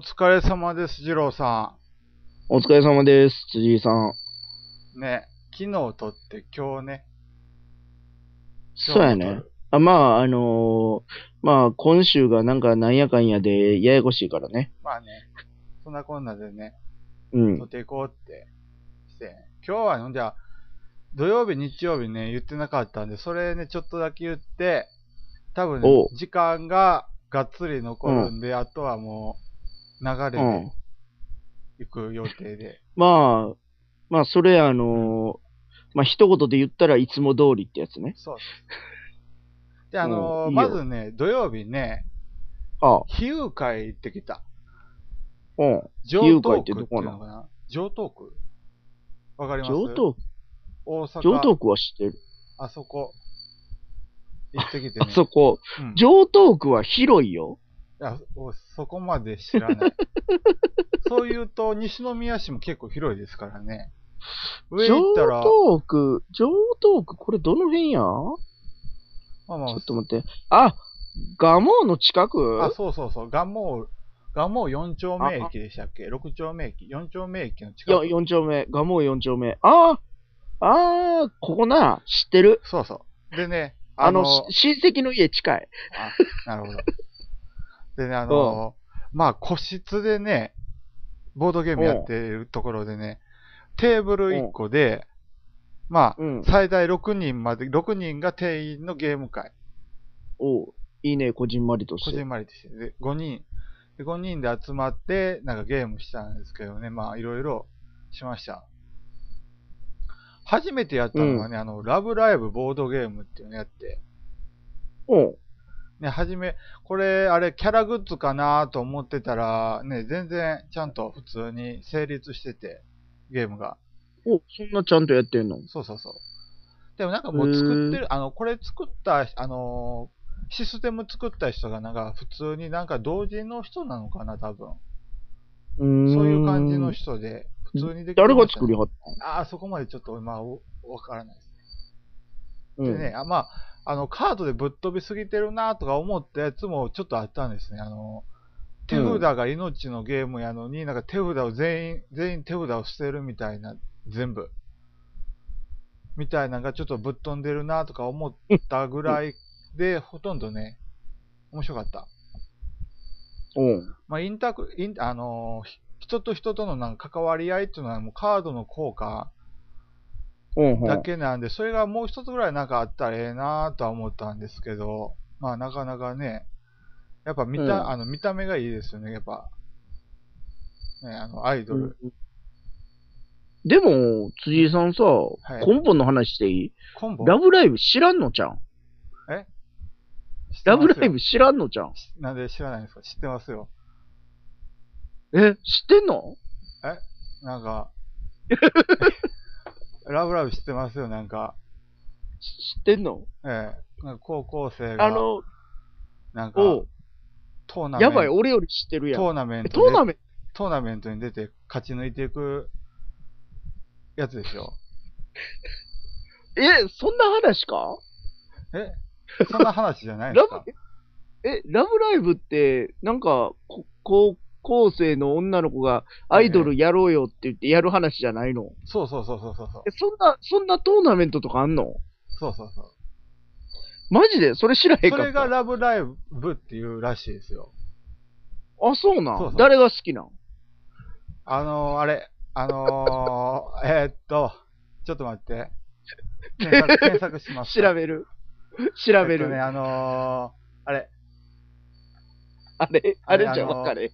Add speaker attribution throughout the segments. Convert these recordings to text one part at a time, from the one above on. Speaker 1: 疲れ様です、二郎さ
Speaker 2: お疲れ様です、辻井さん。
Speaker 1: ん。ね、昨日撮って今日ね。今
Speaker 2: そ
Speaker 1: 日も撮
Speaker 2: うや
Speaker 1: る
Speaker 2: ね。。あまあ、あのーまあ、今週がなんかなんやかんやでややこしいからね。
Speaker 1: まあね、そんなこんなでね、
Speaker 2: う
Speaker 1: 撮っ
Speaker 2: ん。
Speaker 1: ていこうってして、今日はね、ほんじゃ、土曜日、日曜日ね、言ってなかったんで、それね、ちょっとだけ言って、多分ね
Speaker 2: おう、
Speaker 1: 時間ががっつり残るんで、あとはもう、流れ
Speaker 2: う
Speaker 1: で
Speaker 2: ん。
Speaker 1: 行く予定で。
Speaker 2: まあ、まあ、それあのーまあ、一言で言ったらいつも通りってやつね。
Speaker 1: そうです。で、あのー
Speaker 2: うんいい
Speaker 1: ま
Speaker 2: よ
Speaker 1: ずね、土曜日ね、
Speaker 2: ああ、
Speaker 1: 比喩会行ってきた。
Speaker 2: うん。
Speaker 1: 上東区って
Speaker 2: 比喩会ってど
Speaker 1: いう
Speaker 2: こ
Speaker 1: の
Speaker 2: な
Speaker 1: かな上東区わかります
Speaker 2: 上東
Speaker 1: 大阪
Speaker 2: 区、上東区は知ってる。
Speaker 1: あそこ。行ってきてね。
Speaker 2: あそこ。
Speaker 1: うん
Speaker 2: 上東区は広いよ。
Speaker 1: いやおそこまで知ら ない。そういうと、西宮市も結構広いですからね。上
Speaker 2: 上
Speaker 1: 行ったら、
Speaker 2: 東区、上東区、これどの辺やちょ
Speaker 1: まあまあ
Speaker 2: っと待って。あ、蒲生の近く
Speaker 1: あ、そうそうそう、蒲生、蒲生4丁目駅でしたっけ ?6 丁目駅 ?4 丁目駅の近
Speaker 2: よ
Speaker 1: く。
Speaker 2: 4丁目、蒲生4丁目。ああ、ああ、ここな、知ってる。
Speaker 1: そうそう。でね、
Speaker 2: あの、
Speaker 1: ー
Speaker 2: し親戚の家近い。
Speaker 1: あ、なるほど。でね、あのーまあ、個室でね、ボードゲームやってるところでね、テーブル1個で、まあ、
Speaker 2: うん。
Speaker 1: 最大6人まで、6人が定員のゲーム会。
Speaker 2: おういいね、こじんまりとし
Speaker 1: こ
Speaker 2: て。
Speaker 1: じんまりとして。で、5人、で5人で集まって、なんかゲームしたんですけどね、まあ、いろいろしました。初めてやったのはね、あの、ラブライブボードゲームっていうのやって、
Speaker 2: おう
Speaker 1: ね、はじめ、これ、あれ、キャラグッズかなと思ってたら、ね、全然ちゃんと普通に成立してて、ゲームが。
Speaker 2: おうそんなちゃんとやってんの
Speaker 1: そうそうそう。でもなんかもう作ってる、あの、これ作った、あのーシステム作った人がなんか普通になんか同人の人なのかな、多分。
Speaker 2: うーん
Speaker 1: そういう感じの人で、普通にでき
Speaker 2: 誰が作り
Speaker 1: は
Speaker 2: はっ
Speaker 1: ああ、そこまでちょっと今、おわからないです。
Speaker 2: たん
Speaker 1: でね、あまあ、あの、カードでぶっ飛びすぎてるなとか思ったやつもちょっとあったんですね。あの、手札が命のゲームやのに、なんか手札を全員、全員手札を捨てるみたいな、全部。みたいなのがちょっとぶっ飛んでるなとか思ったぐらいで、ほとんどね、面白かった。
Speaker 2: うん。おう
Speaker 1: まあ、インタク、イン、あのーひ人と人とのなんか関わり合いっていうのはもうカードの効果
Speaker 2: うんうん
Speaker 1: だけなんで、それがもう一つぐらいなんかあったらええなとは思ったんですけど、まあなかなかね、やっぱ見た、
Speaker 2: うん
Speaker 1: あの見た目がいいですよね、やっぱ。ね、あの、アイドル。
Speaker 2: うんでも、辻井さんさ、
Speaker 1: い
Speaker 2: 根本の話していい
Speaker 1: コンボ
Speaker 2: ラブライブ知らんのちゃん
Speaker 1: 知って
Speaker 2: ラ
Speaker 1: ます
Speaker 2: ブ
Speaker 1: よ
Speaker 2: ライブ知らんのちゃん
Speaker 1: しなんで知らないんですか知ってますよ。
Speaker 2: え、知ってんの
Speaker 1: なんか、 ラブライブ知ってますよ、なんか。
Speaker 2: 知ってんの
Speaker 1: ええなんか高校生
Speaker 2: あ
Speaker 1: が、
Speaker 2: の、
Speaker 1: なんか、
Speaker 2: おう
Speaker 1: トーナメン
Speaker 2: や
Speaker 1: ト、
Speaker 2: ばい、俺より知ってるやん。
Speaker 1: トーナメン
Speaker 2: え
Speaker 1: ト
Speaker 2: トー
Speaker 1: で
Speaker 2: ナメント
Speaker 1: トーナメントに出て勝ち抜いていくやつでしょ。
Speaker 2: え、そんな話か
Speaker 1: えそんな話じゃないんで
Speaker 2: ラ
Speaker 1: す
Speaker 2: ブ
Speaker 1: か
Speaker 2: え、ラブライブって、なんか、こ高校生の女の子がアイドルやろうよって言ってやる話じゃないの、
Speaker 1: そうそうそうそうそうそう。
Speaker 2: え、そんな、そんなトーナメントとかあんの
Speaker 1: そうそうそう。
Speaker 2: マジでそれ知らへん
Speaker 1: そ
Speaker 2: かった。
Speaker 1: れがラブライブっていうらしいですよ。
Speaker 2: あ、そうなん
Speaker 1: そうそう
Speaker 2: 誰が好きなん
Speaker 1: あのー、あれ、あのー、 えーっと、ちょっと待って。検 索検索します。
Speaker 2: 調べる。 調べ
Speaker 1: えっと
Speaker 2: る。
Speaker 1: ね、あのー、あれ、
Speaker 2: あれ、あれじゃ
Speaker 1: あのー
Speaker 2: わかれへん。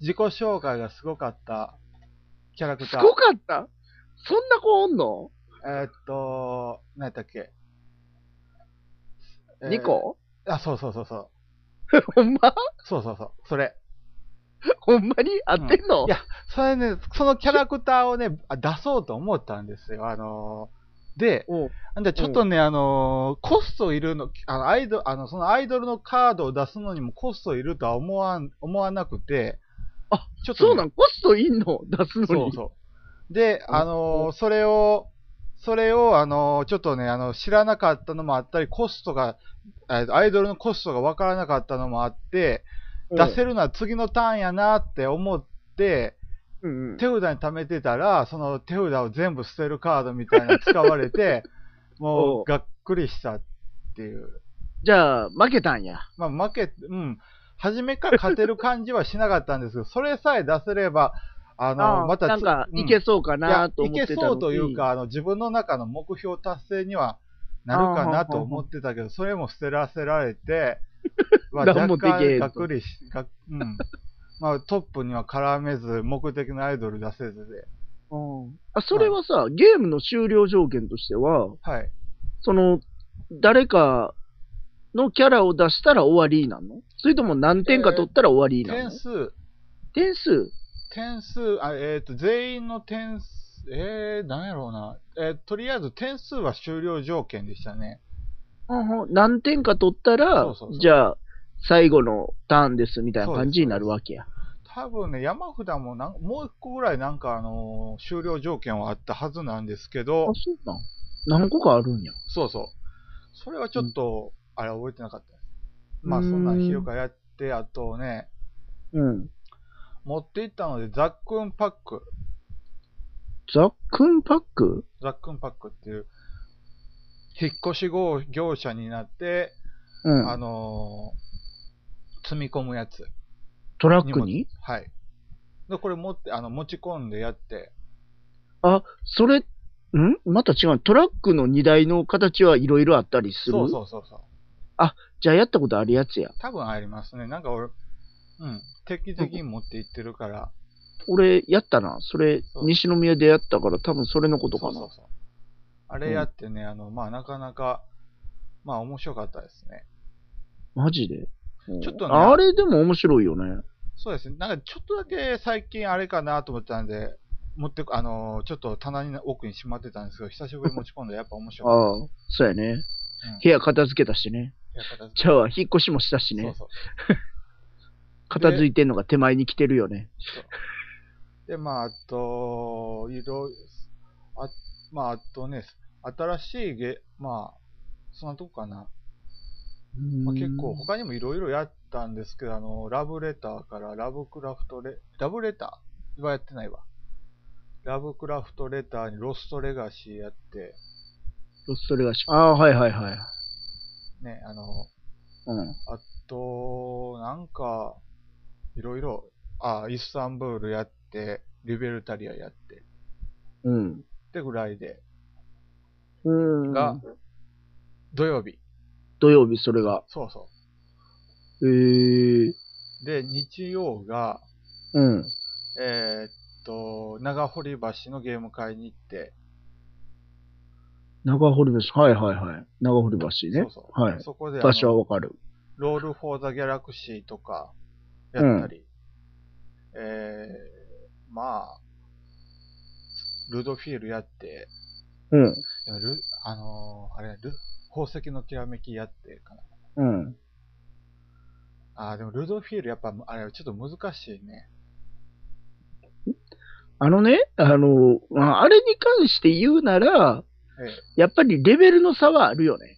Speaker 1: 自己紹介がすごかったキャラク
Speaker 2: す
Speaker 1: ター。
Speaker 2: ごかったそんな子おんの、
Speaker 1: えーっと、何やったっけえー
Speaker 2: ニコ
Speaker 1: あ、そうそうそうそう。
Speaker 2: ほんま
Speaker 1: そうそうそう。それ。
Speaker 2: ほんまに合ってんの、
Speaker 1: いや、それね、そのキャラクターをね、あ出そうと思ったんですよ。あのー、で、
Speaker 2: うん
Speaker 1: なんでちょっとね、あのーコストいるの、あの、アイドル、あの、そのアイドルのカードを出すのにもコストいるとは思わん、思わなくて、
Speaker 2: あ、
Speaker 1: ちょっとね、
Speaker 2: そうなんコストいんの出すのに。
Speaker 1: そうそう。で、
Speaker 2: うん
Speaker 1: あのーそれを、それを、あのーちょっとね、あの、知らなかったのもあったり、コストが、えーアイドルのコストがわからなかったのもあって、出せるのは次のターンやなって思って、
Speaker 2: うんうん
Speaker 1: 手札に貯めてたら、その手札を全部捨てるカードみたいなの使われ て、
Speaker 2: お
Speaker 1: も
Speaker 2: う
Speaker 1: うがっくりしたっていう。
Speaker 2: じゃあ、負けたんや。
Speaker 1: まあ負け、うん。初めから勝てる感じはしなかったんですけど、それさえ出せれば、あの、またつ
Speaker 2: なんか、
Speaker 1: うん
Speaker 2: いけそうか
Speaker 1: いや
Speaker 2: なと思っ
Speaker 1: い
Speaker 2: てたのに、
Speaker 1: けそうというか、あの自分の中の目標達成にはなるかなと思ってたけど、それも捨てらせられて、まあ
Speaker 2: 何も
Speaker 1: 若
Speaker 2: できへん
Speaker 1: 干が
Speaker 2: と
Speaker 1: っくりし、がっうん。まあトップには絡めず、目的のアイドル出せずで、
Speaker 2: うん。あ、それはさ、ゲームの終了条件としては、
Speaker 1: はい。
Speaker 2: その、誰かのキャラを出したら終わりなのそれとも何点か取ったら終わりな
Speaker 1: 点
Speaker 2: の、
Speaker 1: 数、
Speaker 2: 点数
Speaker 1: 点数、あえっ、と、全員の点数、えー、なんやろうな。えーとりあえず点数は終了条件でしたね。
Speaker 2: うんうん何点か取ったら、
Speaker 1: そうそうそう
Speaker 2: じゃあ、最後のターンですみたいな感じになるわけや。
Speaker 1: 多分ね、山札もなんもう一個ぐらいなんかあのー終了条件はあったはずなんですけど
Speaker 2: あ、、そうなん。何個かあるんや。
Speaker 1: そうそう。それはちょっと、あれ覚えてなかったです。
Speaker 2: うん
Speaker 1: まあそんなん昼からやって、あとね、
Speaker 2: うん。
Speaker 1: 持って行ったので、ザックンパック、
Speaker 2: ザックンパック
Speaker 1: ザックンパックっていう、引っ越し業業者になって、
Speaker 2: うん。
Speaker 1: あのー積み込むやつ。
Speaker 2: トラックに
Speaker 1: はい。で、これ持って、あの、持ち込んでやって、
Speaker 2: あ、それ、んまた違う。トラックの荷台の形はいろいろあったりする。
Speaker 1: そうそうそうそう。
Speaker 2: じゃあやったことあるやつや。
Speaker 1: 多分ありますね。なんか俺、うん、定期的に持って行ってるから、
Speaker 2: 俺、やったな。それ、
Speaker 1: そう
Speaker 2: 西宮でやったから、多分それのことかな。
Speaker 1: そうそうそう。あれやってね、あの、まあ、なかなか、まあ、面白かったですね。
Speaker 2: マジで。
Speaker 1: ちょっとね
Speaker 2: あれでも面白いよね。
Speaker 1: そうですね。なんか、ちょっとだけ最近あれかなと思ってたんで、持ってく、あのー、ちょっと棚に奥にしまってたんですけど、久しぶりに持ち込んでやっぱ面白
Speaker 2: あ
Speaker 1: かっ
Speaker 2: あ、そうやね。
Speaker 1: うん
Speaker 2: 部屋片付けたしね。
Speaker 1: た。やっぱだ
Speaker 2: じゃあ、引っ越しもしたしね。
Speaker 1: そうそう。
Speaker 2: 片付いてんのが手前に来てるよね。
Speaker 1: で、まあ、あと、いろいろ、あ、まあ、あとね、新しいゲ、まあ、そんなとこかな。まあ、結構、他にもいろいろやったんですけど、あの、ラブレターからラブクラフトレ、ラブレターはやってないわ。ラブクラフトレターにロストレガシーやって、
Speaker 2: ロストレガシー。ああー、はいはいはい。
Speaker 1: ね、あの、
Speaker 2: うん。
Speaker 1: あと、なんか、いろいろ、あ、イスタンブールやって、リベルタリアやって、
Speaker 2: うん。
Speaker 1: ってぐらいで、
Speaker 2: うん。
Speaker 1: が土曜日。
Speaker 2: 土曜日、それが。
Speaker 1: そうそ
Speaker 2: ええー。
Speaker 1: う。で、日曜が、
Speaker 2: うん。
Speaker 1: えーっと、長堀橋のゲーム会に行って、
Speaker 2: 長堀橋。はいはいはい。長堀橋ね。
Speaker 1: そうそう。
Speaker 2: はい。
Speaker 1: そこで、あの
Speaker 2: 場所はわかる。
Speaker 1: ロール・フォー・ザ・ギャラクシーとかやったり、えー、まあ、ルドフィールやって、
Speaker 2: うん。
Speaker 1: でもルあのーあれ、ル宝石のきらめきやってかな。
Speaker 2: うん。
Speaker 1: あーでもルドフィールやっぱ、あれ、ちょっと難しいね。
Speaker 2: あのね、あの、ああれに関して言うなら、
Speaker 1: ええ
Speaker 2: やっぱりレベルの差はあるよね。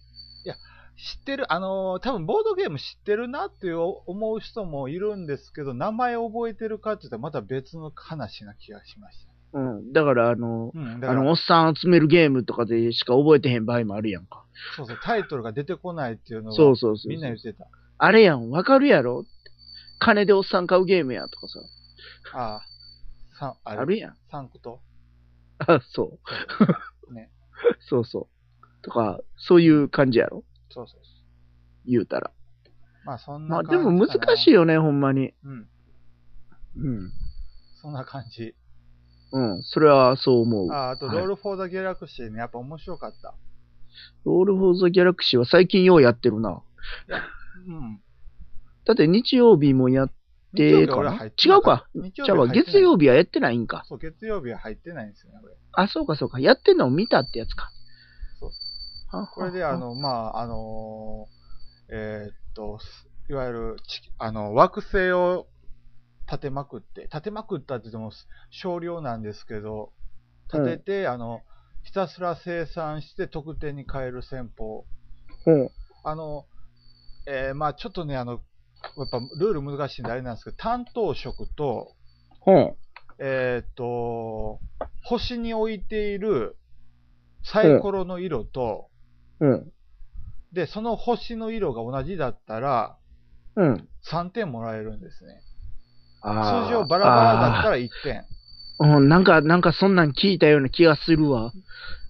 Speaker 1: 知ってる、あのー多分ボードゲーム知ってるなっていう思う人もいるんですけど、名前覚えてるかって言ったらまた別の話な気がしました。
Speaker 2: うん。だから、あの、
Speaker 1: うん、だ
Speaker 2: あ
Speaker 1: から
Speaker 2: の、おっさん集めるゲームとかでしか覚えてへん場合もあるやんか。
Speaker 1: そうそう、タイトルが出てこないっていうの
Speaker 2: そう
Speaker 1: を
Speaker 2: そうそう。
Speaker 1: みんな言ってた。
Speaker 2: あれやん、わかるやろ金でおっさん買うゲームやとかさ。
Speaker 1: ああ、さん、あ
Speaker 2: あ
Speaker 1: れ、
Speaker 2: る やん。
Speaker 1: サンクト
Speaker 2: あ、そ
Speaker 1: そう
Speaker 2: う。
Speaker 1: ね
Speaker 2: そうそう。とか、そういう感じやろ
Speaker 1: そうそう。
Speaker 2: 言うたら。
Speaker 1: まあそん
Speaker 2: ま
Speaker 1: な
Speaker 2: あ、
Speaker 1: 感
Speaker 2: で
Speaker 1: じか
Speaker 2: も
Speaker 1: な。
Speaker 2: 難しいよね、ほんまに。
Speaker 1: うん、
Speaker 2: うん。
Speaker 1: そんな感じ。
Speaker 2: うん。それはそう思う。
Speaker 1: ああ、あと、
Speaker 2: はい
Speaker 1: ロール・フォー・ザ・ギャラクシーね、やっぱ面白かった。
Speaker 2: ロール・フォー・ザ・ギャラクシーは最近ようやってるな。
Speaker 1: うん。
Speaker 2: だって日曜日もやっ
Speaker 1: 日曜
Speaker 2: て
Speaker 1: 日
Speaker 2: か
Speaker 1: は俺
Speaker 2: な
Speaker 1: 入って
Speaker 2: 違うか。
Speaker 1: 日
Speaker 2: じ
Speaker 1: 曜
Speaker 2: ゃ
Speaker 1: 日
Speaker 2: あ
Speaker 1: は
Speaker 2: わ
Speaker 1: 入ってない
Speaker 2: 月曜日はやってないんか。
Speaker 1: そう、月曜日は入ってないんですよね、俺。
Speaker 2: あ、そうかそうか。やってんのを見たってやつか。
Speaker 1: そう
Speaker 2: は
Speaker 1: これで、あ、の、まあ、あのーえーっと、すいわゆる地球、あの、惑星を立てまくって、立てまくったって言ってもす少量なんですけど、立てて、あの、ひたすら生産して得点に変える戦法。
Speaker 2: うん。
Speaker 1: あの、えーまあちょっとね、あの、やっぱルール難しいんであれなんですけど、担当職と、
Speaker 2: ほん。
Speaker 1: えっ、と、星に置いているサイコロの色と、
Speaker 2: うん。
Speaker 1: で、その星の色が同じだったら、
Speaker 2: うん。
Speaker 1: 3点もらえるんですね。通
Speaker 2: あー
Speaker 1: 常バラバラだった
Speaker 2: あ
Speaker 1: ら1点。
Speaker 2: ーうん、なんか、なんかそんなん聞いたような気がするわ。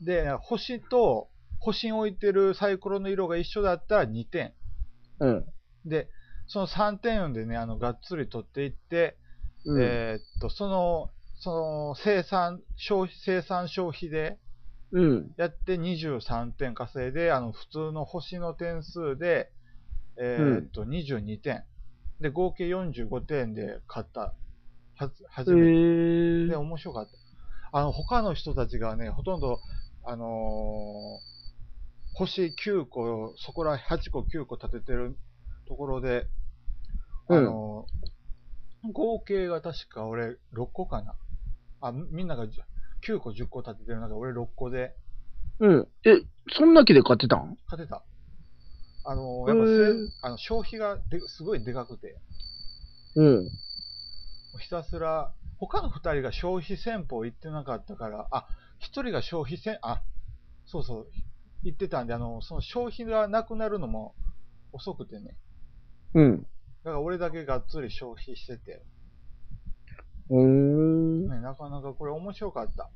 Speaker 1: で、星と、星に置いてるサイコロの色が一緒だったら2点。
Speaker 2: うん。
Speaker 1: で、その3点でね、あの、がっつり取っていって、
Speaker 2: うん。
Speaker 1: えーっと、その、その、生産、消費、生産消費で
Speaker 2: うん。
Speaker 1: やって23点稼いで、あの、普通の星の点数で、えーっと、22点。で、合計45点で勝った。はじ、
Speaker 2: え
Speaker 1: 初めて。で、
Speaker 2: ー、
Speaker 1: 面白かった。あの、他の人たちがね、ほとんど、あのー星9個、そこら8個、9個立ててるところで、あのー合計が確か俺6個かな。あ、みみんながじゅ9個、10個立ててる中、俺6個で
Speaker 2: うん。え、そんな気で買ってたん
Speaker 1: 勝てた。あのーやっぱせ、
Speaker 2: へー
Speaker 1: あの消費がですごいでかくて、
Speaker 2: うん。
Speaker 1: ひたすら、他の2人が消費戦法行ってなかったから、あ、1人が消費戦、あ、そうそう、行ってたんで、あの、その消費がなくなるのも遅くてね。
Speaker 2: うん。
Speaker 1: だから俺だけがっつり消費してて、
Speaker 2: うーん。
Speaker 1: ね、なかなかこれ面白かった。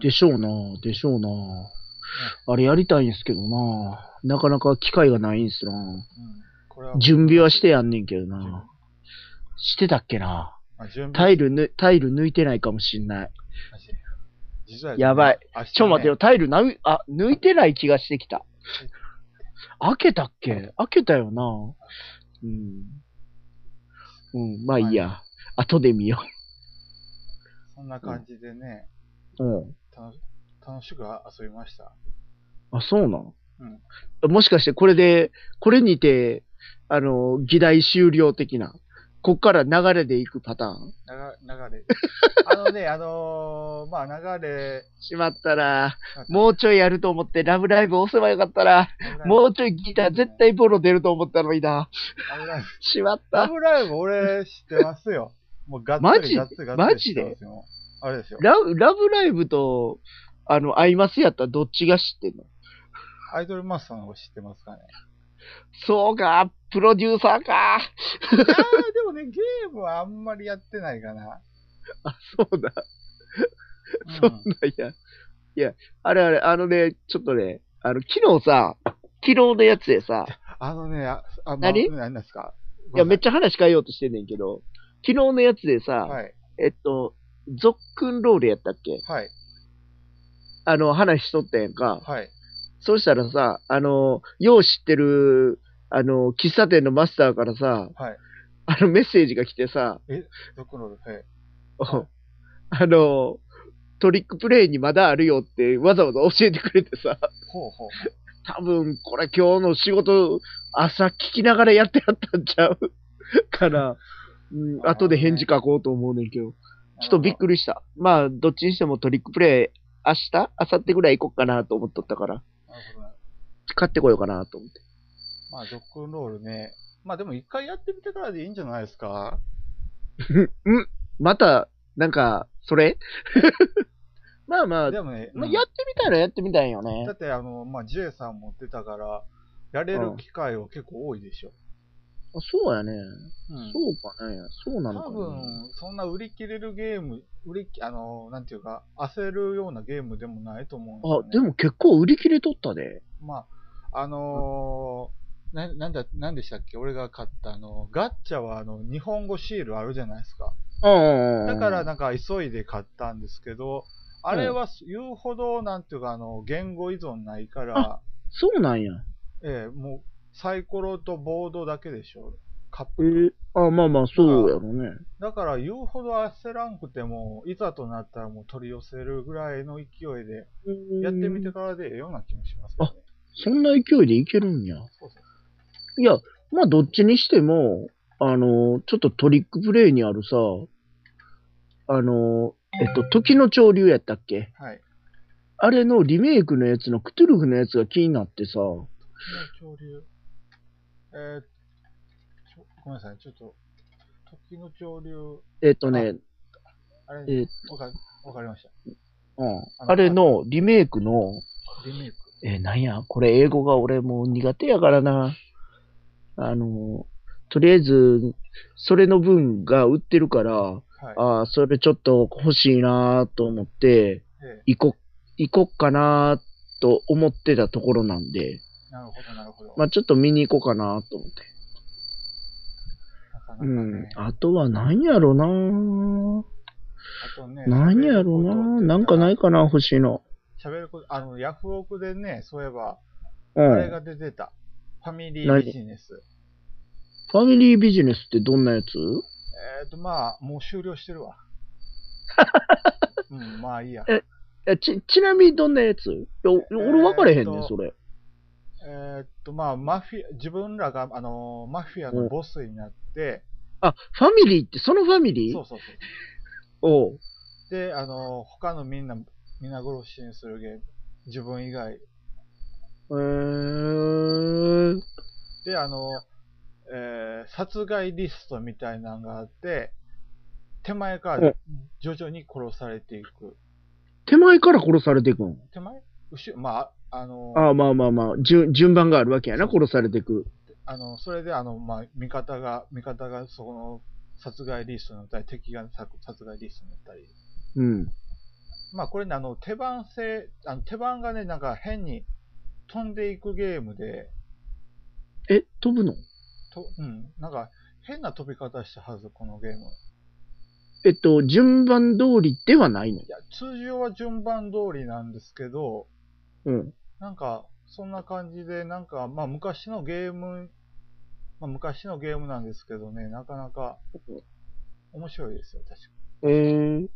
Speaker 2: でしょうなでしょうなあれやりたいんですけどななかなか機会がないんすな
Speaker 1: うん。これは、
Speaker 2: 準備はしてやんねんけど
Speaker 1: 準備
Speaker 2: なしてたっけな
Speaker 1: あ準
Speaker 2: タ
Speaker 1: 備
Speaker 2: イルぬ、タイル抜いてないかもしんない。
Speaker 1: 実は、
Speaker 2: やばい。
Speaker 1: 明日ね
Speaker 2: ちょ待てよ、。タイルなう、あ、抜いてない気がしてきた。開けたっけ開けたよなうん。うん、まあいいや。後で見よ
Speaker 1: そんな感じでね、
Speaker 2: う。うん。
Speaker 1: 楽し楽しく遊びました。
Speaker 2: あ、そうなのもしかしてこれで、これにて、あの、議題終了的な。こっから流れでいくパターン。
Speaker 1: 流 流れ。あのね、あのーまあ流れ、
Speaker 2: しまったら、もうちょいやると思って、ラブライブ押せばよかったら、もうちょいギター絶対ボロ出ると思ったのにな。
Speaker 1: ラブライブ。
Speaker 2: しまっ
Speaker 1: ラ
Speaker 2: た。
Speaker 1: ブライブ俺知ってますよ。もうガ
Speaker 2: マ
Speaker 1: ッツ
Speaker 2: ジ
Speaker 1: リガッツリガッ
Speaker 2: マ
Speaker 1: ツ
Speaker 2: ジ
Speaker 1: リ知
Speaker 2: で
Speaker 1: ってますよ。あれですよ。
Speaker 2: ララブライブと、あの、アイマスやったらどっちが知ってんの
Speaker 1: アイドルマスターの方知ってます かね。
Speaker 2: そうか、プロデューサーか。
Speaker 1: ああ、でもね、ゲームはあんまりやってないかな。
Speaker 2: あ、そうだ。
Speaker 1: う
Speaker 2: そ
Speaker 1: ん
Speaker 2: んなんや。いや、あれあれ、あのね、ちょっとね、あの、昨日さ、昨日のやつでさ、
Speaker 1: あのね、あ、あ
Speaker 2: 何
Speaker 1: まあ何ですか
Speaker 2: いや、めっ
Speaker 1: ち
Speaker 2: ちゃ話変えようとしてんねんけど、昨日のやつでさ、
Speaker 1: はい、
Speaker 2: えっと、ゾックンロールやったっけ
Speaker 1: はい、
Speaker 2: あの、話しとったやんか。
Speaker 1: はい。
Speaker 2: そうしたらさ、あの、よう知ってる、あの、喫茶店のマスターからさ、
Speaker 1: はい
Speaker 2: あのメッセージが来てさ、
Speaker 1: ロックンロール、はい。
Speaker 2: お あの、トリックプレイにまだあるよってわざわざ教えてくれてさ、
Speaker 1: ほうほう。
Speaker 2: 多分これ今日の仕事、朝聞きながらやってやったんちゃうから、うん、後で返事書こうと思うねんけど。ちょっとびっくりした。まあ、どっちにしてもトリックプレイ、明日明後日ぐらい行こっかなと思っとったから、
Speaker 1: なるほどなるほどね
Speaker 2: 買ってこようかなと思って。
Speaker 1: まあ、ロックンロールね。まあでも一回やってみてからでいいんじゃないですか
Speaker 2: うんまた、なんか、それ まあまあ、
Speaker 1: でもね、
Speaker 2: まあ、
Speaker 1: うん
Speaker 2: やってみたらやってみたいよね
Speaker 1: だ。ってあの、まあ J さん持ってたから、やれる機会は結構多いでしょ。
Speaker 2: あそうやね。
Speaker 1: うん
Speaker 2: そうかね。そうなのか
Speaker 1: 多
Speaker 2: な。
Speaker 1: 分、そんな売り切れるゲーム、売りき、あの、なんていうか、焦るようなゲームでもないと思うんですよ、ね
Speaker 2: あ、。で。も結構売り切れとったで。
Speaker 1: まあ、あのーな、なんだ、なんでしたっけ俺が買った、あの、ガッチャは、あの、日本語シールあるじゃないですか。
Speaker 2: うん。
Speaker 1: だから、なんか、急いで買ったんですけど、あれは、言うほど、なんていうか、あの、言語依存ないから、
Speaker 2: そうなんや。
Speaker 1: ええもう、サイコロとボードだけでしょ。カッ
Speaker 2: え
Speaker 1: プと
Speaker 2: ー、あ、まあまあ、そうやろね。
Speaker 1: だから言うほど焦らんくても、いざとなったらもう取り寄せるぐらいの勢いで、やってみて
Speaker 2: うん
Speaker 1: からでええような気もしますけどね。
Speaker 2: そんな勢いでいけるんや。
Speaker 1: そうそう
Speaker 2: いや、まあ、どっちにしても、あの、ちょっとトリックプレイにあるさ、あの、えっと、時の潮流やったっけ
Speaker 1: はい。
Speaker 2: あれのリメイクのやつのクトゥルフのやつが気になってさ、
Speaker 1: 恐竜。えー、ごめんなさい、ちょっと、時の潮流、
Speaker 2: えっとね、
Speaker 1: あれ、
Speaker 2: えー
Speaker 1: わかわかりました。
Speaker 2: うん。
Speaker 1: あの
Speaker 2: あれのリメイクの、
Speaker 1: リメイク。
Speaker 2: えーなんや、これ英語が俺もう苦手やからな。あの、とりあえず、それの分が売ってるから、
Speaker 1: はい。
Speaker 2: ああ、それちょっと欲しいなと思って、
Speaker 1: え
Speaker 2: 行こ、行こっかなと思ってたところなんで、
Speaker 1: えなるほど、なるほど。
Speaker 2: まあちょっと見に行こうかなと思って。
Speaker 1: なかなか
Speaker 2: う
Speaker 1: ね
Speaker 2: ん。あとは何やろな
Speaker 1: あとね、
Speaker 2: 何やろ
Speaker 1: 喋ることって言ったら
Speaker 2: ななんかないかな欲しいの。
Speaker 1: 喋ること、あの、ヤフオクでね、そういえば、
Speaker 2: う
Speaker 1: あれ
Speaker 2: ん。
Speaker 1: が出てた。ファミリービジネス。
Speaker 2: ファミリービジネスってどんなやつ
Speaker 1: えっ、ー、と、まあ、もう終了してる わ。うん、まあいいや。
Speaker 2: ええ、ち、ちなみにどんなやついやお俺分かれへん
Speaker 1: え
Speaker 2: ね
Speaker 1: ー
Speaker 2: ん、
Speaker 1: と
Speaker 2: それ。
Speaker 1: えーっと、まあ、マフィア、自分らが、あのーマフィアのボスになって、
Speaker 2: あ、ファミリーってそのファミリー
Speaker 1: そう
Speaker 2: う
Speaker 1: そうそう。
Speaker 2: おう。
Speaker 1: で、あのー他のみんな、皆殺しにするゲーム。自分以外。
Speaker 2: えー、
Speaker 1: で、あのーえー殺害リストみたいなのがあって、手前から徐々に殺されていく。
Speaker 2: 手前から殺されていくん
Speaker 1: 手前後ろ、まあ、あのー
Speaker 2: ああ、まあまあまあ、順、順番があるわけやな、殺されていく。
Speaker 1: あの、それで、あの、まあ、味方が、味方が、そこの、殺害リストになったり、敵が殺殺害リストになったり。
Speaker 2: うん。
Speaker 1: まあ、これね、あの、手番制、あの手番がね、なんか変に飛んでいくゲームで、
Speaker 2: え、飛ぶの
Speaker 1: と、うん、なんか変な飛び方したはず、このゲーム。
Speaker 2: えっと、順番通りではないの
Speaker 1: いや、通常は順番通りなんですけど、
Speaker 2: うん。
Speaker 1: なんか、そんな感じで、なんか、まあ、昔のゲーム、まあ、昔のゲームなんですけどね、なかなか、面白いですよ、確かに。
Speaker 2: えー、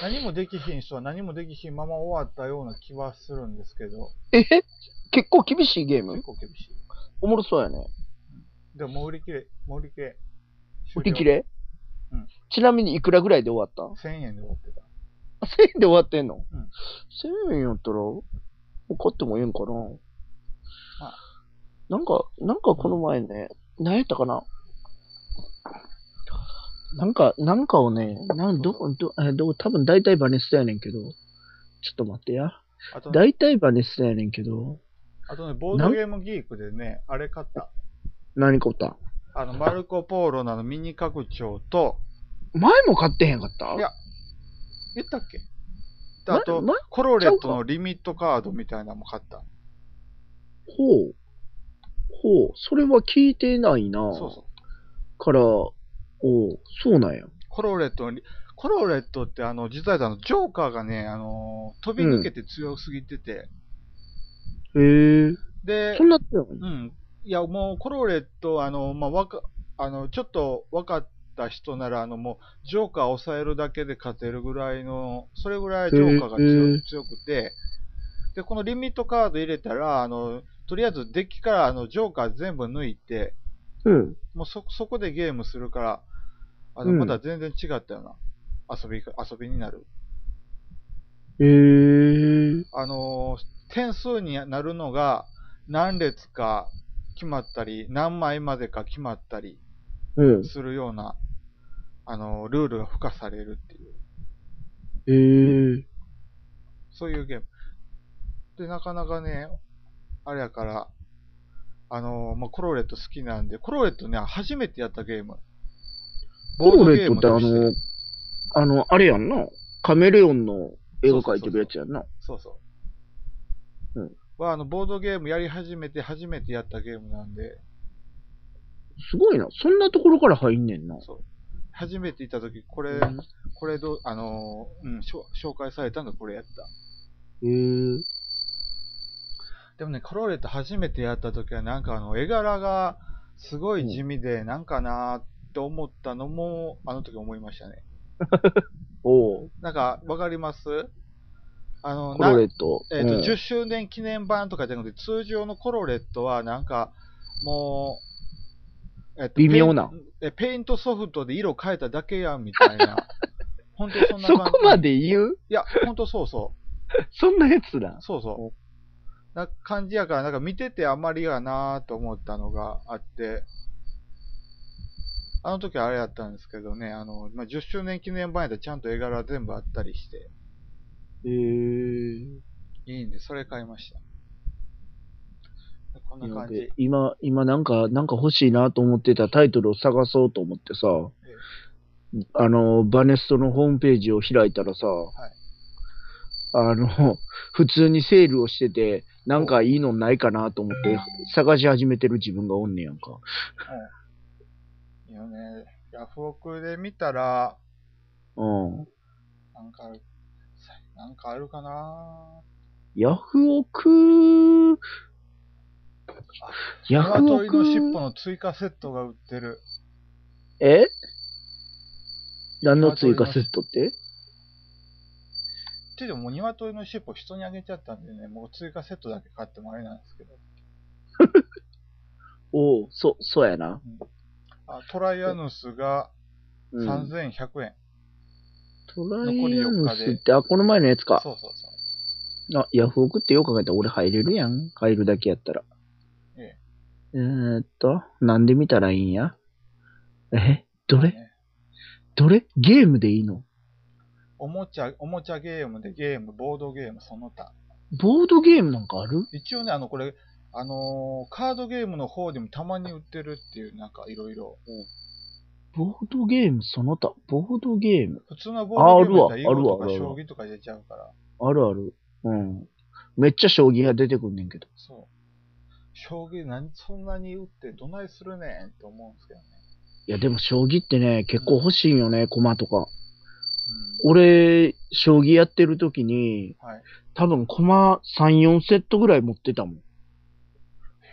Speaker 1: 何もできひん人は何もできひんまま終わったような気はするんですけど、
Speaker 2: え結構厳しいゲー
Speaker 1: 結構厳しい。
Speaker 2: おもろそうやね。
Speaker 1: でも、もう売り切れ、もう売り切れ。
Speaker 2: 売り切
Speaker 1: 終
Speaker 2: れ
Speaker 1: うん
Speaker 2: ちなみにいくらぐらいで終わっ
Speaker 1: 了 ?1000 円で終わってた。
Speaker 2: た ?1000 円で終わってんの
Speaker 1: うん
Speaker 2: ?1000 円やったら、もう買ってもええんかな
Speaker 1: あ
Speaker 2: なんか、なんかこの前ね、何やったかななんか、なんかをね、なんどこ、ど、えどこ、多分大体バネスタやねんけど、ちょっと待ってや。
Speaker 1: あとね、
Speaker 2: 大体バネスタやねんけど、
Speaker 1: あとね、ボードゲームギークでね、あれ買った。
Speaker 2: 何買った
Speaker 1: あの、マルコ・ポーロなのミニ拡張と、
Speaker 2: 前も買ってへんかった
Speaker 1: いや言ったっけ
Speaker 2: ま
Speaker 1: あと
Speaker 2: ま、
Speaker 1: コロレットのリミットカードみたいなのも買った。
Speaker 2: ほう。ほう。それは聞いてないな。
Speaker 1: そうそう。
Speaker 2: から、おうそうなんや。
Speaker 1: コロレットのリ、コロレットってあの、実はあの、ジョーカーがね、あの、飛び抜けて強すぎてて、
Speaker 2: へえ。
Speaker 1: で
Speaker 2: そ、んな強いの
Speaker 1: うん。いや、もう、コロレット、あの、まあ、わか、あの、ちょっと分かった人なら、あの、もう、ジョーカーを抑えるだけで勝てるぐらいの、それぐらいジョーカーが強,、
Speaker 2: へー
Speaker 1: 強くて、で、このリミットカード入れたら、あの、とりあえずデッキから、あの、ジョーカー全部抜いて、
Speaker 2: うん。
Speaker 1: もうそ、そこでゲームするから、あの、
Speaker 2: うん
Speaker 1: また全然違ったような、遊びか、遊びになる。
Speaker 2: へえ。
Speaker 1: あのー点数になるのが何列か決まったり、何枚までか決まったり
Speaker 2: うん。
Speaker 1: するような、あのールールが付加されるっていう、
Speaker 2: へえ。
Speaker 1: そういうゲーム。で、なかなかね、あれやから、あのーまあ、コロレット好きなんで、コロレットね、初めてやったゲーム。
Speaker 2: コロレットってあ
Speaker 1: ボードゲームとし
Speaker 2: の
Speaker 1: て、
Speaker 2: あの、あれやんな。カメレオンの絵が描いてるやつやんな。
Speaker 1: そうそう。
Speaker 2: うん
Speaker 1: は、あの、ボードゲームやり始めて、初めてやったゲームなんで、
Speaker 2: すごいな。そんなところから入んねんな。
Speaker 1: そう。初めて行った時、これ、
Speaker 2: へ
Speaker 1: これどう、あのー、うん、しょ紹介されたのこれやった。
Speaker 2: え。
Speaker 1: でもね、コロレット初めてやった時は、なんかあの、絵柄がすごい地味で、なんかなーって思ったのも、あの時思いましたね。
Speaker 2: おう。
Speaker 1: なんか、わかりますあの、
Speaker 2: コロ
Speaker 1: な
Speaker 2: レット。
Speaker 1: えっ、と、
Speaker 2: うん
Speaker 1: 10周年記念版とかじゃなくて、通常のコロレットは、なんか、もう、えっと
Speaker 2: 微妙な
Speaker 1: ペインえ。ペイントソフトで色変えただけやん、みたい な。本当そんな
Speaker 2: そ
Speaker 1: 感じ。
Speaker 2: こまで言う
Speaker 1: いや、本当そうそう。
Speaker 2: そんなやつだ。
Speaker 1: そうそう。な感じやから、なんか見ててあまりやなぁと思ったのがあって、あの時あれやったんですけどね、あの、まあ、10周年記念版やったらちゃんと絵柄全部あったりして、
Speaker 2: えー。
Speaker 1: いいんで、それ買いました。こんな感じ。
Speaker 2: で今、今なんか、なんか欲しいなと思ってたタイトルを探そうと思ってさ、あの、バネストのホームページを開いたらさ、あの、 普通にセールをしてて、なんかいいのないかなと思って探し始めてる自分がおんねやんか。
Speaker 1: いいよね。ヤフオクで見たら、
Speaker 2: うん。
Speaker 1: なんか、さなんかあるかな
Speaker 2: ヤフオク、ヤフオ
Speaker 1: 鶏の尻尾
Speaker 2: ク、
Speaker 1: の追加セットが売ってる。
Speaker 2: え何の追加セットって
Speaker 1: ちょっともう鶏の尻尾人にあげちゃったんでね、もう追加セットだけ買ってもあれなんですけど。
Speaker 2: おう、そ、そうやな。
Speaker 1: あトライアヌスが
Speaker 2: うん、
Speaker 1: 3100円。
Speaker 2: トライアンスって、あ、この前のやつか。
Speaker 1: そうそうそう。
Speaker 2: あ、ヤフオクってよく考えたら俺入れるやん。入るだけやったら。
Speaker 1: え
Speaker 2: えーっと、なんで見たらいいんやえ、どれ
Speaker 1: ね
Speaker 2: どれゲームでいいの
Speaker 1: おもちゃ、おもちゃゲームでゲーム、ボードゲーム、その他。
Speaker 2: ボードゲームなんかある
Speaker 1: 一応ね、あの、これ、あのーカードゲームの方でもたまに売ってるっていう、なんかいろいろ。
Speaker 2: ボードゲームその他。ボードゲーム。
Speaker 1: 普通のボードゲームだったら、
Speaker 2: ああ
Speaker 1: 囲
Speaker 2: る
Speaker 1: 碁と
Speaker 2: わあ
Speaker 1: か
Speaker 2: るわあるわ
Speaker 1: 将棋とか出ちゃうから。
Speaker 2: あるある。うん。めっちゃ将棋が出てくんねんけど。
Speaker 1: そう。将棋何そんなに打ってどないするねんって思うんですけどね。
Speaker 2: いやでも将棋ってね、結構欲しいんよね、駒とか。
Speaker 1: うん。
Speaker 2: 俺、将棋やってる時に、
Speaker 1: はい
Speaker 2: 多分駒3、4セットぐらい持ってたもん。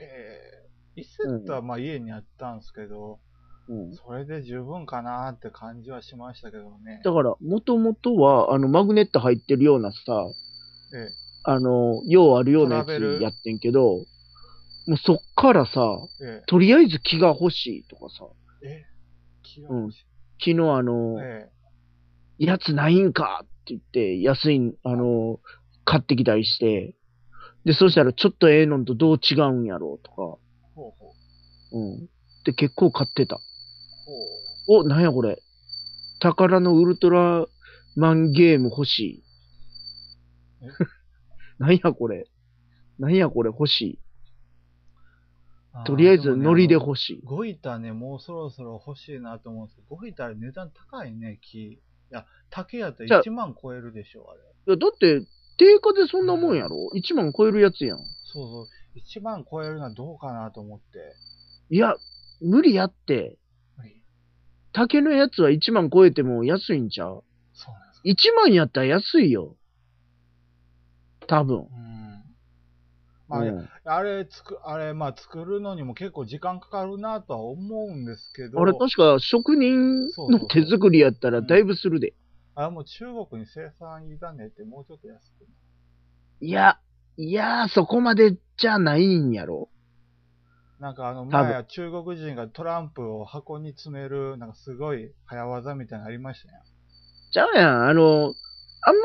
Speaker 1: へえ。1セットはまあ家にあったんですけど、
Speaker 2: うん
Speaker 1: それで十分かなーって感じはしましたけどね。
Speaker 2: だから、もともとは、あの、マグネット入ってるようなさ、
Speaker 1: ええ
Speaker 2: あの、ようあるようなやつ
Speaker 1: トラベル
Speaker 2: やってんけど、もうそっからさ、
Speaker 1: え
Speaker 2: とりあえず気が欲しいとかさ、
Speaker 1: え。ええ。気が欲しい
Speaker 2: 昨日あの、
Speaker 1: え
Speaker 2: やつないんかって言って、安いん、あの、買ってきたりして、で、そうしたらちょっとええのんとどう違うんやろうとか、
Speaker 1: え。ほうほう。
Speaker 2: うん。で、結構買ってた。
Speaker 1: ほう。
Speaker 2: お、なんやこれ。宝のウルトラマンゲーム欲しい
Speaker 1: え。
Speaker 2: なんやこれ。なんやこれ欲しい。とりあえずノリで欲しい。
Speaker 1: ゴイタね、もうそろそろ欲しいなと思うんですけど、ゴイタあれ値段高いね、木。いや、竹やった
Speaker 2: じゃ
Speaker 1: ら
Speaker 2: あ
Speaker 1: 1万超えるでしょ、あれ。
Speaker 2: いやだって、定価でそんなもんやろ ?1 万超えるやつやん。
Speaker 1: そうそう。1万超えるのはどうかなと思って。
Speaker 2: いや、無理やって。竹のやつは1万超えても安いんちゃう
Speaker 1: そうなんですか。
Speaker 2: ?1 万やったら安いよ。多分。
Speaker 1: うん。まあ、
Speaker 2: うん
Speaker 1: あれ、つく、あれ、まあ、作るのにも結構時間かかるなとは思うんですけど、
Speaker 2: あれ確か職人
Speaker 1: そうそうそ
Speaker 2: の
Speaker 1: う
Speaker 2: 手作りやったらだいぶするで。
Speaker 1: あれもう中国に生産委ねってもうちょっと安く。
Speaker 2: いや、いやー、そこまでじゃないんやろ。
Speaker 1: なんかあの、
Speaker 2: 分
Speaker 1: 前は中国人がトランプを箱に詰める、なんかすごい早技みたいなのありましたね。
Speaker 2: ちゃうやん。あの、あん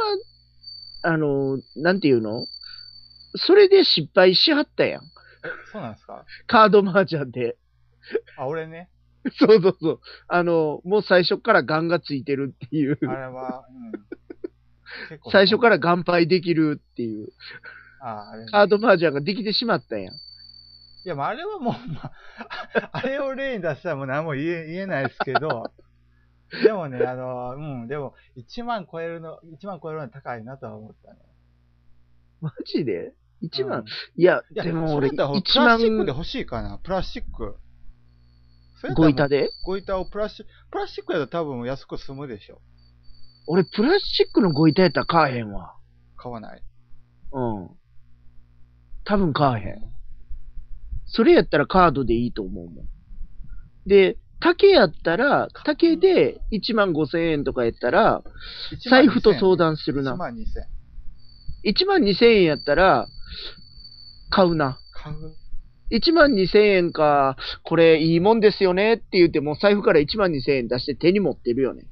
Speaker 2: ま、あの、なんていうのそれで失敗しはったや
Speaker 1: え、
Speaker 2: ん。
Speaker 1: そうなんですか
Speaker 2: カードマージャンで。
Speaker 1: あ、俺ね、
Speaker 2: そうそうそう。あの、もう最初からガンがついてるっていう。
Speaker 1: あれは、うん。結構
Speaker 2: 最初からガンパイできるっていう。
Speaker 1: あ、あれね、
Speaker 2: カードマージャンができてしまったやん。
Speaker 1: いや、まあ、あれ はもう、まあ、あれを例に出したらもう何も言え言えないですけど、でもね、あの、うん、でも、1万超えるの、1万超えるのは高いなとは思ったね。
Speaker 2: マジで ?1
Speaker 1: う
Speaker 2: 万
Speaker 1: ん、
Speaker 2: いや、
Speaker 1: いや、
Speaker 2: でも俺、
Speaker 1: それやったら
Speaker 2: 1
Speaker 1: プラスチックで
Speaker 2: 万、
Speaker 1: 欲しいかな、プラスチック。それやったら
Speaker 2: ごいたで
Speaker 1: ご板をプラスチック、プラスチックやったら多分安く済むでしょ。
Speaker 2: 俺、プラスチックのごいたやったら買わへんわ。
Speaker 1: 買わない。
Speaker 2: うん。多分買わへん。それやったらカードでいいと思うもん。で、竹やったら、竹で1万5千円とかやったら、財布と相談する
Speaker 1: 1
Speaker 2: な。
Speaker 1: 万2000。
Speaker 2: 1万2千円やったら、買うな。
Speaker 1: 買う。
Speaker 2: 1万2千円か、これいいもんですよねって言って、もう財布から1万2千円出して手に持ってるよね。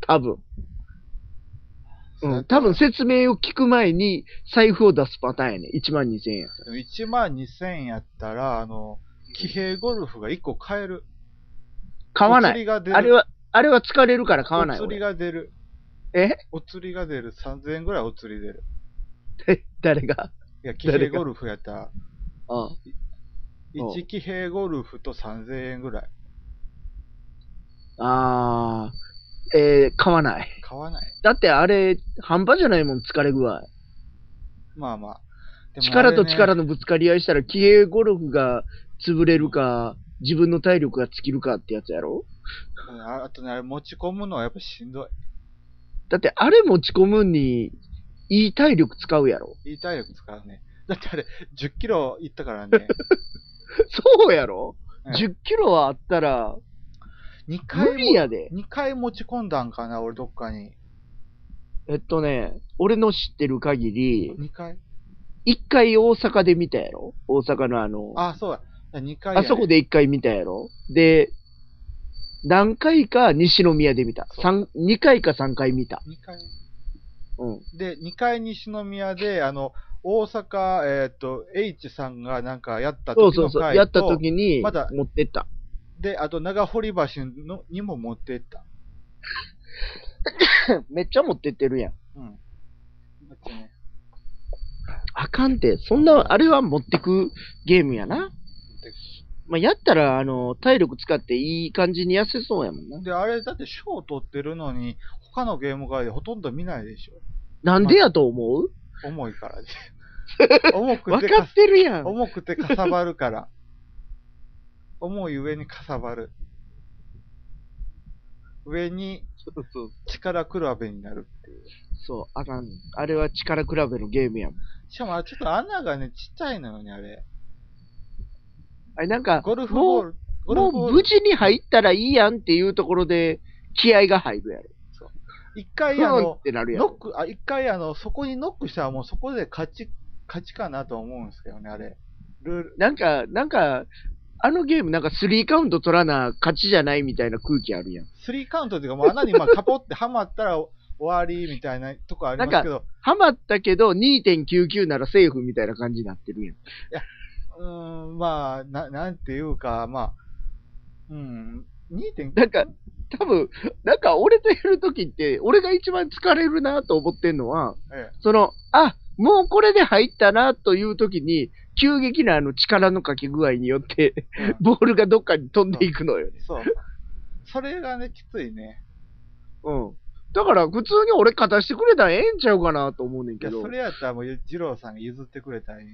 Speaker 2: 多分。うん、多分説明を聞く前に財布を出すパターンやね。1万2千円やったら
Speaker 1: 1万2000やったら、あの、騎兵ゴルフが1個買える。
Speaker 2: 買わな
Speaker 1: お釣
Speaker 2: い。
Speaker 1: りが出る。
Speaker 2: あれは、あれは疲れるから買わない。
Speaker 1: お釣り
Speaker 2: 俺
Speaker 1: が出る。
Speaker 2: え
Speaker 1: お釣りが出る。3000円ぐらいお釣り出る。
Speaker 2: 誰が
Speaker 1: いや、騎
Speaker 2: 誰
Speaker 1: 兵
Speaker 2: が
Speaker 1: ゴルフやったら、
Speaker 2: うん。お
Speaker 1: 1騎兵ゴルフと3000円ぐらい。
Speaker 2: あー、えー、買わない。
Speaker 1: 買わない。
Speaker 2: だってあれ、半端じゃないもん、疲れ具合。
Speaker 1: まあまあ。でもあれ
Speaker 2: 力
Speaker 1: ね
Speaker 2: と力のぶつかり合いしたら、気鋭ゴルフが潰れるか、自分の体力が尽きるかってやつやろ
Speaker 1: うんああとね、あれ持ち込むのはやっぱしんど
Speaker 2: だってあれ持ち込むに、いい体力使うやろ
Speaker 1: い。いい体力使うね。 だってあれ、10キロ行ったから ね、
Speaker 2: そうやろ、
Speaker 1: うん
Speaker 2: ?10 キロはあったら、
Speaker 1: 2回
Speaker 2: 無理
Speaker 1: も、
Speaker 2: やで。
Speaker 1: 2回持ち込んだんかな、俺どっかに。
Speaker 2: えっとね、俺の知ってる限り、
Speaker 1: 2回
Speaker 2: 1回大阪で見たやろ大阪のあの、あ,、
Speaker 1: あ、そうだ。2回やね
Speaker 2: そこで1回見たやろで、何回か西宮で見た。
Speaker 1: そう
Speaker 2: 三2回か3回見た。
Speaker 1: 二回。
Speaker 2: うん。
Speaker 1: で、2回西宮で、あの、大阪、えっ、と、H さんがなんかやった
Speaker 2: そう
Speaker 1: 時
Speaker 2: そ
Speaker 1: の
Speaker 2: うそう。
Speaker 1: 回
Speaker 2: やった
Speaker 1: と、
Speaker 2: 時に、
Speaker 1: まだ
Speaker 2: 持ってった。
Speaker 1: で、あと長堀橋のにも持ってった。
Speaker 2: めっちゃ持ってってるやん。
Speaker 1: うん。だってね、
Speaker 2: あかんて、そんな、あれは持ってくゲームやな。
Speaker 1: 持って
Speaker 2: まあ、やったら、あの、体力使っていい感じに痩せそうやもんな
Speaker 1: く。で、あれだって賞を取ってるのに、他のゲーム会でほとんど見ないでしょ。
Speaker 2: なんでやと思う
Speaker 1: 重いから で。重く
Speaker 2: 分
Speaker 1: て
Speaker 2: か
Speaker 1: か
Speaker 2: っ、てるやん。
Speaker 1: 重くてかさばるから。重い上にかさばる。上に
Speaker 2: そう
Speaker 1: 力比べになるっていう。
Speaker 2: そう、あかん。あれは力比べのゲームやもん。
Speaker 1: しかもあれちょっと穴がね、ちっちゃいのよね、あれ。
Speaker 2: あれなんか、
Speaker 1: ゴルフボール、ゴル
Speaker 2: も
Speaker 1: フ
Speaker 2: う
Speaker 1: ボー
Speaker 2: 無
Speaker 1: ル、
Speaker 2: 事に入ったらいいやんっていうところで、気合が入るやろ。
Speaker 1: 一回あ
Speaker 2: ふんっ
Speaker 1: の、
Speaker 2: てなるや
Speaker 1: ノ
Speaker 2: ろ。
Speaker 1: ック、あ、一回あの、そこにノックしたらもうそこで勝ち、勝ちかなと思うんですけどね、あれ。ルール、
Speaker 2: なんか、なんか、あのゲームなんか3カウント取らな勝ちじゃないみたいな空気あるやん。
Speaker 1: スリーカウントっていうか、もう穴にまあカポってはまったら終わりみたいなとこありますけど、
Speaker 2: ハマったけど、2.99ならセーフみたいな感じになってるやん。
Speaker 1: うーん、まあ、な、なんていうか、まあ、うん、2.9。
Speaker 2: なんか、多分、なんか俺とやるときって、俺が一番疲れるなと思ってんのは、
Speaker 1: ええ
Speaker 2: その、あ、もうこれで入ったなというときに、急激なあの力のかけ具合によって、
Speaker 1: うん
Speaker 2: ボールがどっかに飛んでいくのよ。
Speaker 1: そう。それがね、きついね。
Speaker 2: うん。だから普通に俺勝たしてくれたらええんちゃうかなと思うねん
Speaker 1: い
Speaker 2: け
Speaker 1: や、
Speaker 2: ど。
Speaker 1: そ
Speaker 2: それ
Speaker 1: れやったらもう、二郎さんが譲ってくれたらい い。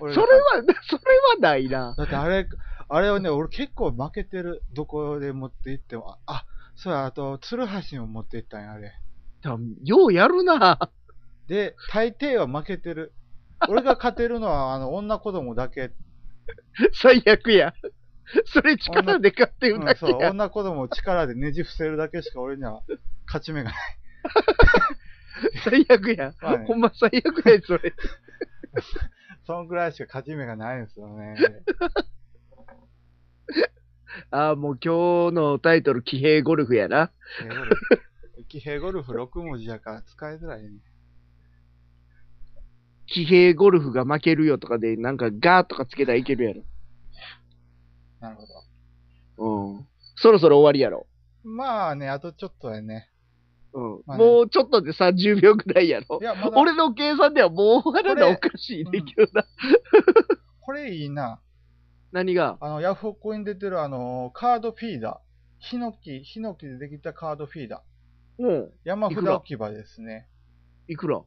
Speaker 1: 俺
Speaker 2: は、
Speaker 1: ら
Speaker 2: そ
Speaker 1: か
Speaker 2: れ
Speaker 1: ら
Speaker 2: はないな。
Speaker 1: だってあれ、あれはね、俺結構負けてる。どこで持って行っても。あ、あそうや、あと、鶴橋も持って行ったんや、あれ。
Speaker 2: 多分ようやるな。
Speaker 1: で、大抵は負けてる。俺が勝てるのは、あの、女子供だ け。
Speaker 2: 最悪や。それ力で勝って
Speaker 1: う
Speaker 2: る
Speaker 1: ん
Speaker 2: だけ
Speaker 1: そう、
Speaker 2: や。
Speaker 1: 女子供を力でねじ伏せるだけしか俺には勝ち目がない。
Speaker 2: 最悪や。
Speaker 1: まあね
Speaker 2: ほんま最悪や、それ。
Speaker 1: そんぐらいしか勝ち目がないんですよ ね。
Speaker 2: ああ、もう今日のタイトル、騎兵ゴルフやな。
Speaker 1: 騎兵ゴルフ騎兵ゴルフ6文字やから使いづらいね。
Speaker 2: 騎兵ゴルフが負けるよとかで、なんかガーとかつけたらいけるや
Speaker 1: なるほど。
Speaker 2: ろ。うん。そろそろ終わりやろ。
Speaker 1: まあね、あとちょっとやね。
Speaker 2: うん。
Speaker 1: まあね
Speaker 2: もうちょっとで30秒ぐらいやろ
Speaker 1: い。や、まだ、
Speaker 2: 俺の計算ではもう終わらないお
Speaker 1: こ
Speaker 2: かしいねんけどな。
Speaker 1: これいいな。
Speaker 2: 何が
Speaker 1: あの、ヤフオクに出てるあの、カードフィーダー。ヒノキ、ヒノキでできたカードフィーダー。
Speaker 2: うん。
Speaker 1: 山
Speaker 2: いく
Speaker 1: 札
Speaker 2: ら
Speaker 1: 置き場ですね。
Speaker 2: いくら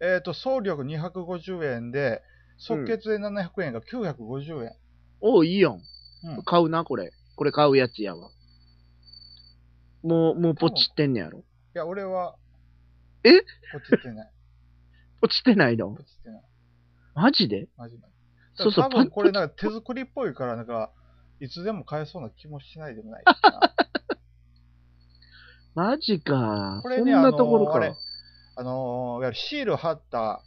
Speaker 1: えっ、と、総力250円で、即決で700円が950円。
Speaker 2: おう、いいやん。
Speaker 1: うん
Speaker 2: 買うな、これ。これ買うやつやわ。もう、もうポチってんねやろ。
Speaker 1: いや、俺は、
Speaker 2: え
Speaker 1: ポチってない。
Speaker 2: ポチってないの
Speaker 1: ポチってない。
Speaker 2: マジで
Speaker 1: マジで。だから
Speaker 2: そうそう
Speaker 1: 多
Speaker 2: パン
Speaker 1: 分これなんか手作りっぽいから、なんか、いつでも買えそうな気もしないでもない な。
Speaker 2: マジか。
Speaker 1: これ
Speaker 2: そん
Speaker 1: ね
Speaker 2: なところ
Speaker 1: あ
Speaker 2: か。
Speaker 1: のーあれあのーいわゆるシール貼った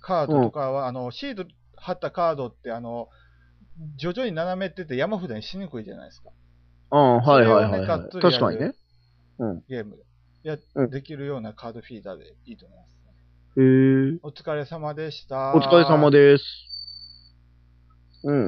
Speaker 1: カードとかは、あの、シール貼ったカードって、あの、徐々に斜めってって山札にしにくいじゃないですか。
Speaker 2: うん、はいはい
Speaker 1: そ
Speaker 2: は
Speaker 1: れをね
Speaker 2: い、
Speaker 1: が
Speaker 2: は
Speaker 1: っ
Speaker 2: い。
Speaker 1: つりやる
Speaker 2: 確かにね。うん。
Speaker 1: ゲームで。や、
Speaker 2: うん
Speaker 1: できるようなカードフィーダーでいいと思います。
Speaker 2: へえ。
Speaker 1: お疲れ様でした。
Speaker 2: お疲れ様です。うん。